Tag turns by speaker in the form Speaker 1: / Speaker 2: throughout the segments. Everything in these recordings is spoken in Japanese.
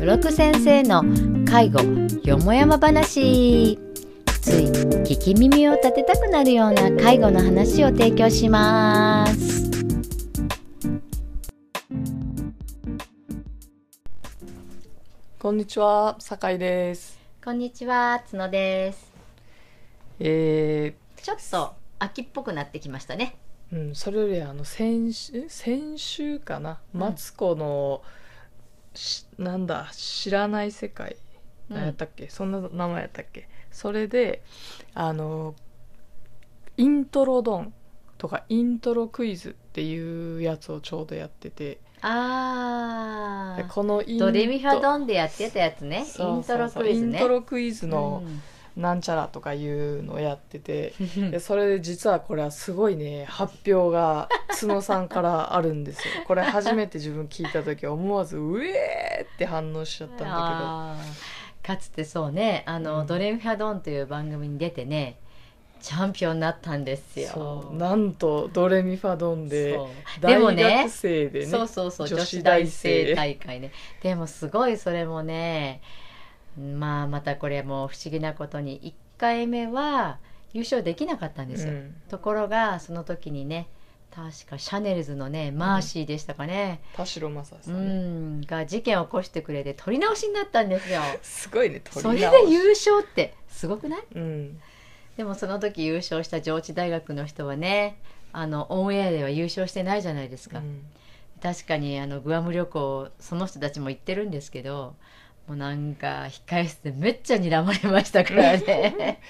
Speaker 1: よろく先生の介護よもやま話つい聞き耳を立てたくなるような介護の話を提供します
Speaker 2: こんにちは、酒井です。
Speaker 1: こんにちは角です
Speaker 2: え
Speaker 1: ちょっと秋っぽくなってきましたね
Speaker 2: ー、うん、それよりあの先週え先週かな、
Speaker 1: うん
Speaker 2: マツコのしなんだ知らない世界、
Speaker 1: うん
Speaker 2: 何やったっけ、そんな名前やったっけ。それであのイントロドンとかイントロクイズっていうやつをちょうどやってて、
Speaker 1: あ
Speaker 2: で
Speaker 1: ー
Speaker 2: このイン
Speaker 1: ドレミファ
Speaker 2: ン
Speaker 1: ドンでやってたやつねイントロクイズ
Speaker 2: イン
Speaker 1: ね
Speaker 2: トロクイズの
Speaker 1: うん
Speaker 2: なんちゃらとかいうのをやってて。でそれで実はこれはすごいね発表が角さんからあるんですよ これ初めて自分聞いた時思わず「うえー!」って反応しちゃったんだ
Speaker 1: あーかつてそうねあの、
Speaker 2: うん
Speaker 1: ドレミファドン」という番組に出てねチャンピオンになったんです
Speaker 2: け
Speaker 1: よ
Speaker 2: どそうなんとドレミファドンで
Speaker 1: そうで
Speaker 2: 大
Speaker 1: もね
Speaker 2: 学生でね
Speaker 1: そうそうそう女
Speaker 2: 女
Speaker 1: 子
Speaker 2: 子
Speaker 1: 大
Speaker 2: 大
Speaker 1: 生
Speaker 2: 生
Speaker 1: 大会ねでもすごいそれもねまあまたこれも不思議なことに1回目は優勝できなかったんですよ、
Speaker 2: うん
Speaker 1: ところがその時にね確かシャネルズのねマーシーでしたかね、
Speaker 2: 田代正史
Speaker 1: う
Speaker 2: さんね、
Speaker 1: ん、が事件を起こしてくれて取り直しになったんですよ
Speaker 2: すごいね
Speaker 1: そ
Speaker 2: 取
Speaker 1: れ
Speaker 2: り
Speaker 1: で
Speaker 2: 直し
Speaker 1: 優勝ってすごくない
Speaker 2: うん
Speaker 1: でもその時優勝した上智大学の人はねあのオンエアでは優勝してないじゃないです
Speaker 2: う
Speaker 1: か、
Speaker 2: ん
Speaker 1: 確かにあのグアム旅行その人たちも行ってるんですけどもうなんか控室でめっちゃ睨まれましたからね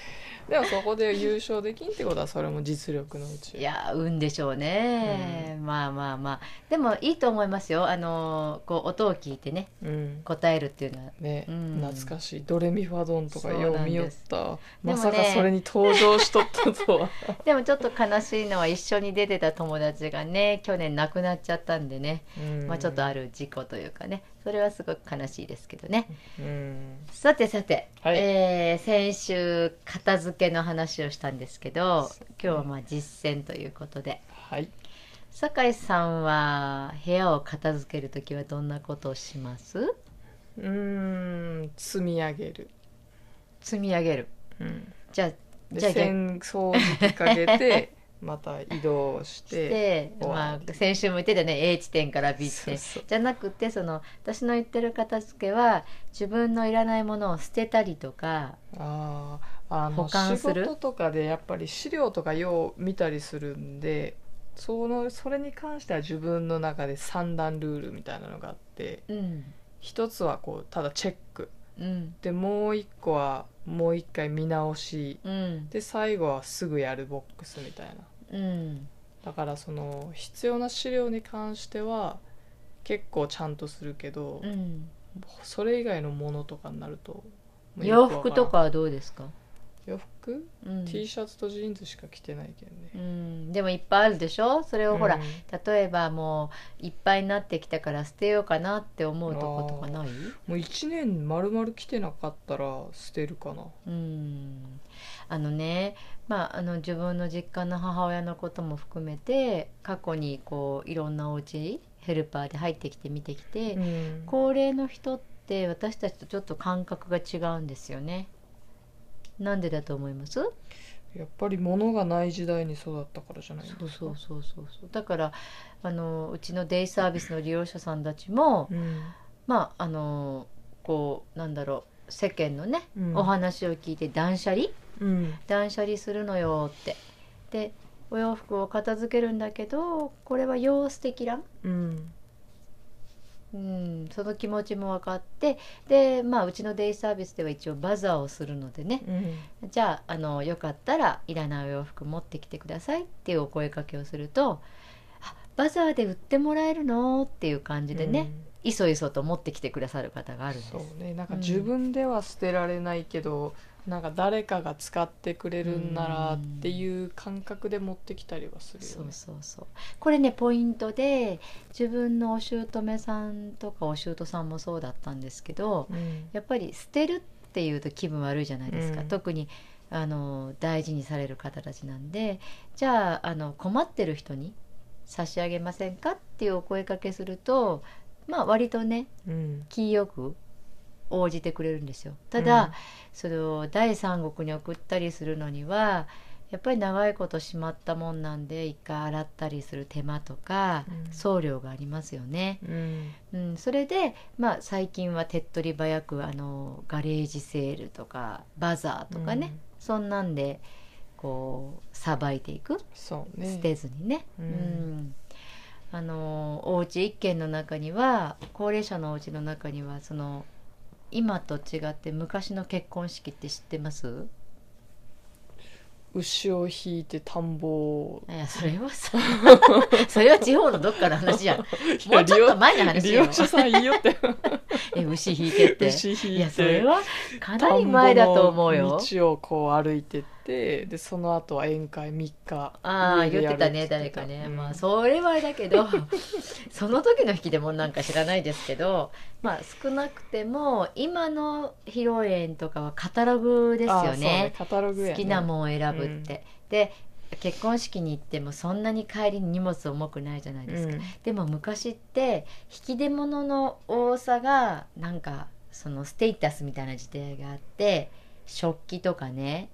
Speaker 2: でもそこで優勝できんってことはそれも実力のうち
Speaker 1: いやー運でしょうね、まあまあまあでもいいと思いますよあのこう音を聞いてね
Speaker 2: うん
Speaker 1: 答えるっていうのは
Speaker 2: ね、
Speaker 1: うん
Speaker 2: 懐かしいドレミファドンとか
Speaker 1: そう
Speaker 2: よ
Speaker 1: な
Speaker 2: うん見よっ
Speaker 1: です
Speaker 2: た
Speaker 1: でもね
Speaker 2: まさかそれに登場しとったとは
Speaker 1: でもちょっと悲しいのは一緒に出てた友達がね去年亡くなっちゃったんでね、まあ、ちょっとある事故というかねそれはすごく悲しいですけどね
Speaker 2: うん
Speaker 1: さてさて、
Speaker 2: はい
Speaker 1: えー先週片付けの話をしたんですけど今日はまあ実践ということで
Speaker 2: はい
Speaker 1: 酒井さんは部屋を片付ける時はどんなことをします
Speaker 2: うーん積み上げる、
Speaker 1: 積み上げる
Speaker 2: うん、
Speaker 1: じゃあ
Speaker 2: で
Speaker 1: じゃあ逆
Speaker 2: 洗掃除機か けてまた移動し
Speaker 1: してて、
Speaker 2: 終わ
Speaker 1: ま
Speaker 2: り
Speaker 1: あ、先週も言ってたね A 地点から B 地点
Speaker 2: そうそう
Speaker 1: じゃなくてその私の言ってる片付けは自分のいらないものを捨てたりとか
Speaker 2: あーあ
Speaker 1: 保
Speaker 2: の
Speaker 1: 管
Speaker 2: 仕
Speaker 1: する
Speaker 2: 事とかでやっぱり資料とかよう見たりするんでそのそれに関しては自分の中で三段ルールみたいなのがあって
Speaker 1: うん
Speaker 2: 一つはこうただチェック
Speaker 1: うん
Speaker 2: でもう一個はもう一回見直し
Speaker 1: うん
Speaker 2: で最後はすぐやるボックスみたいな
Speaker 1: うん
Speaker 2: だからその必要な資料に関しては結構ちゃんとするけど、
Speaker 1: うん
Speaker 2: それ以外のものとかになるともう
Speaker 1: 洋
Speaker 2: よくわ
Speaker 1: 服
Speaker 2: らん
Speaker 1: とかはどうですか、
Speaker 2: 洋服、
Speaker 1: うん、
Speaker 2: T シャツとジーンズしか着てないけんね
Speaker 1: う、ん、でもいっぱいあるでしょそれをほら、
Speaker 2: うん
Speaker 1: 例えばもういっぱいになってきたから捨てようかなって思うとことかない
Speaker 2: もう1年丸々着てなかったら捨てるかな
Speaker 1: うんあのね、まあ、あの自分の実家の母親のことも含めて過去にこういろんなお家ヘルパーで入ってきて見てきて、
Speaker 2: うん
Speaker 1: 高齢の人って私たちとちょっと感覚が違うんですよね。なんでだと思います
Speaker 2: やっぱり物がない時代に育ったからじゃないです
Speaker 1: そ
Speaker 2: か
Speaker 1: うそうそうそうそうだからあのうちのデイサービスの利用者さんたちも、
Speaker 2: うん
Speaker 1: まああのこうなんだろう世間のね、
Speaker 2: うん
Speaker 1: お話を聞いて断捨離
Speaker 2: うん
Speaker 1: 断捨離するのよってでお洋服を片付けるんだけどこれは様子的らん
Speaker 2: うん
Speaker 1: うん、その気持ちも分かってでまあうちのデイサービスでは一応バザーをするのでね
Speaker 2: うん
Speaker 1: じゃああのよかったらいらないお洋服持ってきてくださいっていうお声かけをすると「あバザーで売ってもらえるの?」っていう感じでね、
Speaker 2: うん
Speaker 1: いそいそと持ってきてくださる方があるんです
Speaker 2: そうねなんか
Speaker 1: うん
Speaker 2: 自分では捨てられないけど、なんか誰かが使ってくれるんならっていう感覚で持ってきたりはする
Speaker 1: そ
Speaker 2: よ
Speaker 1: う
Speaker 2: ね。
Speaker 1: そうそうこれねポイントで自分のお姑さんとかお姑さんもそうだったんですけど
Speaker 2: うん
Speaker 1: やっぱり捨てるっていうと気分悪いじゃないですか、
Speaker 2: うん
Speaker 1: 特にあの大事にされる方たちなんでじゃああの困ってる人に差し上げませんかっていうお声かけするとまあ割とね
Speaker 2: うん
Speaker 1: 気よく応じてくれるんですよただ、それを第三国に送ったりするのにはやっぱり長いことしまったもんなんで一回洗ったりする手間とか
Speaker 2: うん
Speaker 1: 送料がありますよね、
Speaker 2: うん
Speaker 1: うん、それで、まあ、最近は手っ取り早くあのガレージセールとかバザーとかね、
Speaker 2: うん
Speaker 1: そんなんでこうさばいていく
Speaker 2: そうね
Speaker 1: 捨てずにね、
Speaker 2: うん
Speaker 1: うんあのお家一軒の中には高齢者のお家の中にはその今と違って昔の結婚式って知ってます
Speaker 2: 牛を引いて田んぼを
Speaker 1: いやそれは さそれは地方のどっかの話じゃんも
Speaker 2: いや
Speaker 1: うちょっと前の話
Speaker 2: 利
Speaker 1: よ
Speaker 2: 用者さんいいよ って
Speaker 1: え牛引いてって
Speaker 2: 牛引いて
Speaker 1: いやそれはかなり前だと思うよ
Speaker 2: 田んぼの道をこう歩いてってでその後は宴会3日
Speaker 1: ああ
Speaker 2: 家で
Speaker 1: 言っ
Speaker 2: や
Speaker 1: て
Speaker 2: る
Speaker 1: たね誰かね、
Speaker 2: うん
Speaker 1: まあそれはあれだけ どその時の引き出物なんか知らないですけどまあ少なくても今の披露宴とかはカタログです
Speaker 2: ああ
Speaker 1: よ
Speaker 2: そう
Speaker 1: ね
Speaker 2: カタログや、ね、
Speaker 1: 好きなもんを選ぶって、で結婚式に行ってもそんなに帰りに荷物重くないじゃないですか、
Speaker 2: うん
Speaker 1: でも昔って引き出物の多さがなんかそのステータスみたいな時代があって食器とかね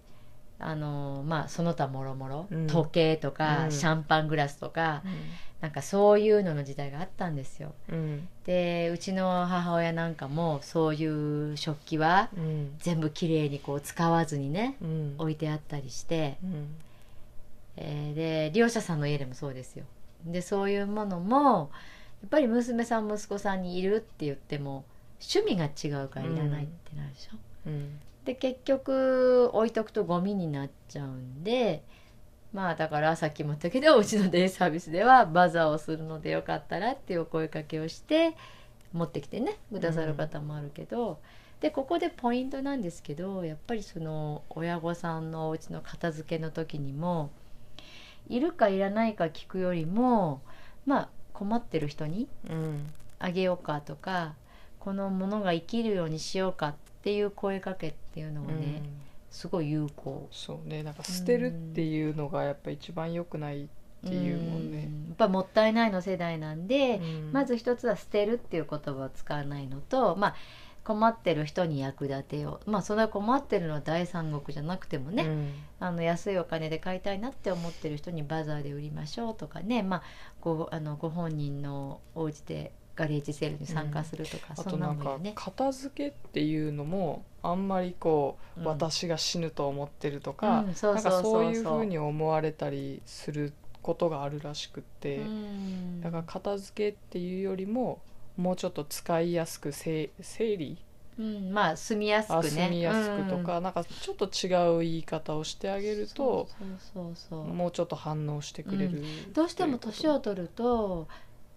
Speaker 1: あのまあその他もろもろ
Speaker 2: うん
Speaker 1: 時計とか、
Speaker 2: うん
Speaker 1: シャンパングラスとかなんかそういうのの時代があったんですよ。
Speaker 2: うん
Speaker 1: でうちの母親なんかもそういう食器は
Speaker 2: うん
Speaker 1: 全部きれいにこう使わずにね
Speaker 2: うん
Speaker 1: 置いてあったりして
Speaker 2: うん
Speaker 1: えーで利用者さんの家でもそうですよでそういうものもやっぱり娘さん息子さんにいるって言っても趣味が違うからいらないってなるでしょ、
Speaker 2: うん
Speaker 1: で結局置いとくとゴミになっちゃうんでまあだからさっきも言ったけどうちのデイサービスではバザーをするのでよかったらっていうお声かけをして持ってきてねくださる方もあるけど、でここでポイントなんですけどやっぱりその親御さんのお家の片付けの時にもいるかいらないか聞くよりもまあ困ってる人に
Speaker 2: うん
Speaker 1: あげようかとかこのものが生きるようにしようかっていう声かけっていうのをね、
Speaker 2: うん
Speaker 1: すごい有効
Speaker 2: そうねなんか捨てるっていうのがやっぱ一番良くない、っていうもんね
Speaker 1: うやっぱもったいないの世代なんで、
Speaker 2: うん
Speaker 1: まず一つは捨てるっていう言葉を使わないのとまあ困ってる人に役立てようまあそれは困ってるのは第三国じゃなくてもね、
Speaker 2: うん
Speaker 1: あの安いお金で買いたいなって思ってる人にバザーで売りましょうとかね、まあ、ごあのご本人のお家でガレージセールに参加するとか、
Speaker 2: あ
Speaker 1: そ
Speaker 2: と
Speaker 1: んなの
Speaker 2: なん
Speaker 1: もい
Speaker 2: か
Speaker 1: いね。
Speaker 2: 片付けっていうのもあんまりこう、
Speaker 1: うん
Speaker 2: 私が死ぬと思ってるとか、
Speaker 1: うんそう
Speaker 2: なん
Speaker 1: そう
Speaker 2: か
Speaker 1: そう
Speaker 2: そういう
Speaker 1: そう
Speaker 2: ふうに思われたりすることがあるらしくって、
Speaker 1: うん
Speaker 2: だから片付けっていうよりももうちょっと使いやすくせい整理
Speaker 1: うん、まあ住みやすく
Speaker 2: あ
Speaker 1: ね
Speaker 2: 住みやすくと
Speaker 1: うん
Speaker 2: か、なんかちょっと違う言い方をしてあげる
Speaker 1: そ
Speaker 2: と
Speaker 1: うそうそうそう
Speaker 2: もうちょっと反応してくれる、
Speaker 1: どうしても年を
Speaker 2: と
Speaker 1: 取ると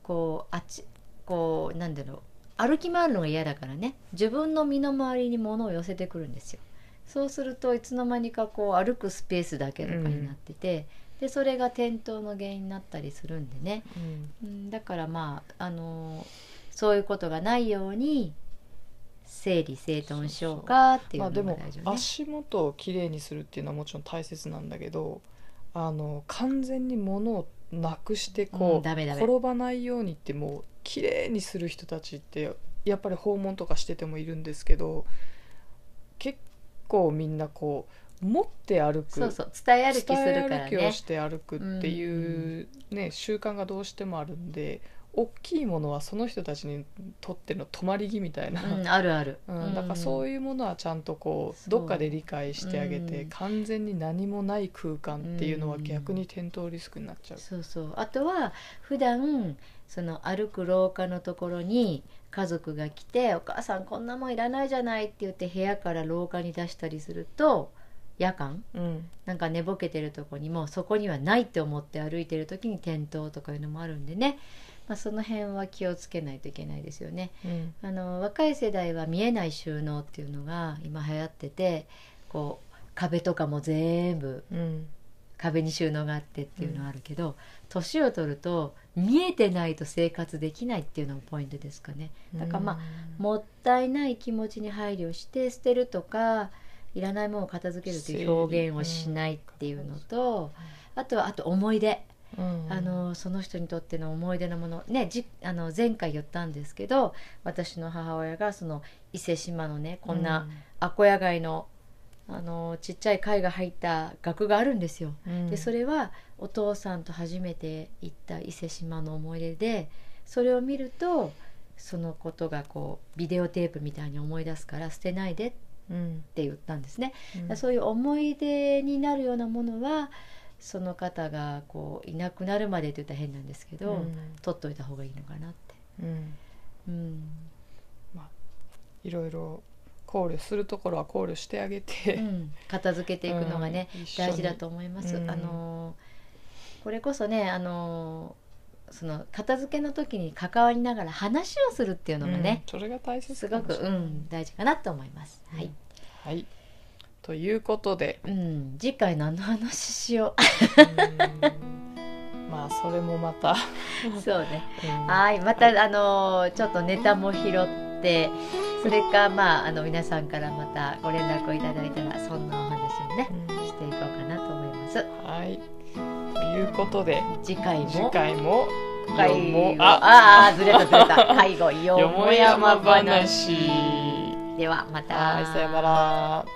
Speaker 1: こうあっちこうなんだろう歩き回るのが嫌だからね自分の身の回りに物を寄せてくるんですよそうするといつの間にかこう歩くスペースだけとかになってて、でそれが転倒の原因になったりするんでね、
Speaker 2: いうこと、うん
Speaker 1: うん、だからまああのーそういうことがないように整理整頓しようかってい
Speaker 2: ま
Speaker 1: う
Speaker 2: あで
Speaker 1: のが
Speaker 2: も
Speaker 1: 大丈夫ね。
Speaker 2: 足元をきれいにするっていうのはもちろん大切なんだけどあの完全に物をなくして
Speaker 1: うん
Speaker 2: こう、
Speaker 1: ダメダメ
Speaker 2: 転ばないようにってもうきれいにする人たちってやっぱり訪問とかしててもいるんですけど結構みんなこう持って歩く
Speaker 1: そうそう伝え歩きする
Speaker 2: 伝え
Speaker 1: から
Speaker 2: 歩きを
Speaker 1: ね
Speaker 2: して歩くっていう、ね、習慣がどうしてもあるんで大きいものはその人たちにとっての止まり木みたいな。
Speaker 1: うん、あるある、
Speaker 2: うん、だからそう
Speaker 1: い
Speaker 2: いうものはちゃんとこ
Speaker 1: そう
Speaker 2: うどっかで理解してあげて、
Speaker 1: うん
Speaker 2: 完全に何もない空間っていうのは
Speaker 1: うん
Speaker 2: 逆に転倒リスクになっちゃう、
Speaker 1: そうそうあとは普段その歩く廊下のところに家族が来て「お母さんこんなもんいらないじゃない」って言って部屋から廊下に出したりすると夜間
Speaker 2: うん
Speaker 1: なんか寝ぼけてるとこにもそこにはないって思って歩いてる時に転倒とかいうのもあるんでね、まあ、その辺は気をつけないといけないですよね。
Speaker 2: うん
Speaker 1: あの若い世代は見えない収納っていうのが今流行っててこう壁とかも全部
Speaker 2: うん
Speaker 1: 壁に収納があってっていうのはあるけど、年を取ると見えてないと生活できないっていうのもポイントですかね。だからまあ
Speaker 2: あ
Speaker 1: もったいない気持ちに配慮して捨てるとかいらないものを片付けるという表現をしないっていうのと、あとはあと思い出、
Speaker 2: うん
Speaker 1: あのその人にとっての思い出のものねじあの前回言ったんですけど私の母親がその伊勢志摩のねこんな、アコヤ貝のあのちっちゃい貝が入った額があるんですよ。
Speaker 2: うん
Speaker 1: でそれはお父さんと初めて行った伊勢志摩の思い出でそれを見るとそのことがこうビデオテープみたいに思い出すから捨てないでっ
Speaker 2: うん
Speaker 1: て言ったんですね。
Speaker 2: うん
Speaker 1: そういう思い出になるようなものはその方がこういなくなるまでって言ったら変なんですけど、
Speaker 2: うん
Speaker 1: 取っといた方がいいのかなって。
Speaker 2: うん
Speaker 1: うん
Speaker 2: いろいろ考慮するところは考慮してあげ
Speaker 1: う
Speaker 2: て、
Speaker 1: ん片付けていくのがね、
Speaker 2: うん、一緒に
Speaker 1: 大事だと思います。
Speaker 2: うん
Speaker 1: あのこれこそねあのその片付けの時に関わりながら話をするっていうのがね、
Speaker 2: うんそれが大切
Speaker 1: す
Speaker 2: か
Speaker 1: ご
Speaker 2: も
Speaker 1: く、
Speaker 2: しれ
Speaker 1: う
Speaker 2: ない
Speaker 1: ん、大事かなと思います。はい、
Speaker 2: はいということで
Speaker 1: うん、次回何の話しよ
Speaker 2: うんまあそれもまた、
Speaker 1: う。そうね。
Speaker 2: うん
Speaker 1: はい、またあのちょっとネタも拾って、それかまああの皆さんからまたご連絡をいただいたらそんなお話もね
Speaker 2: うん
Speaker 1: していこうかなと思います。
Speaker 2: はいということで
Speaker 1: 次回も。
Speaker 2: 次回も
Speaker 1: 今
Speaker 2: よ
Speaker 1: 回
Speaker 2: も
Speaker 1: も
Speaker 2: あ
Speaker 1: ああーずれたずれ た介護よ
Speaker 2: よ
Speaker 1: も
Speaker 2: も
Speaker 1: や
Speaker 2: や
Speaker 1: ま
Speaker 2: ま
Speaker 1: 話
Speaker 2: 話
Speaker 1: ではまた
Speaker 2: はいさよなら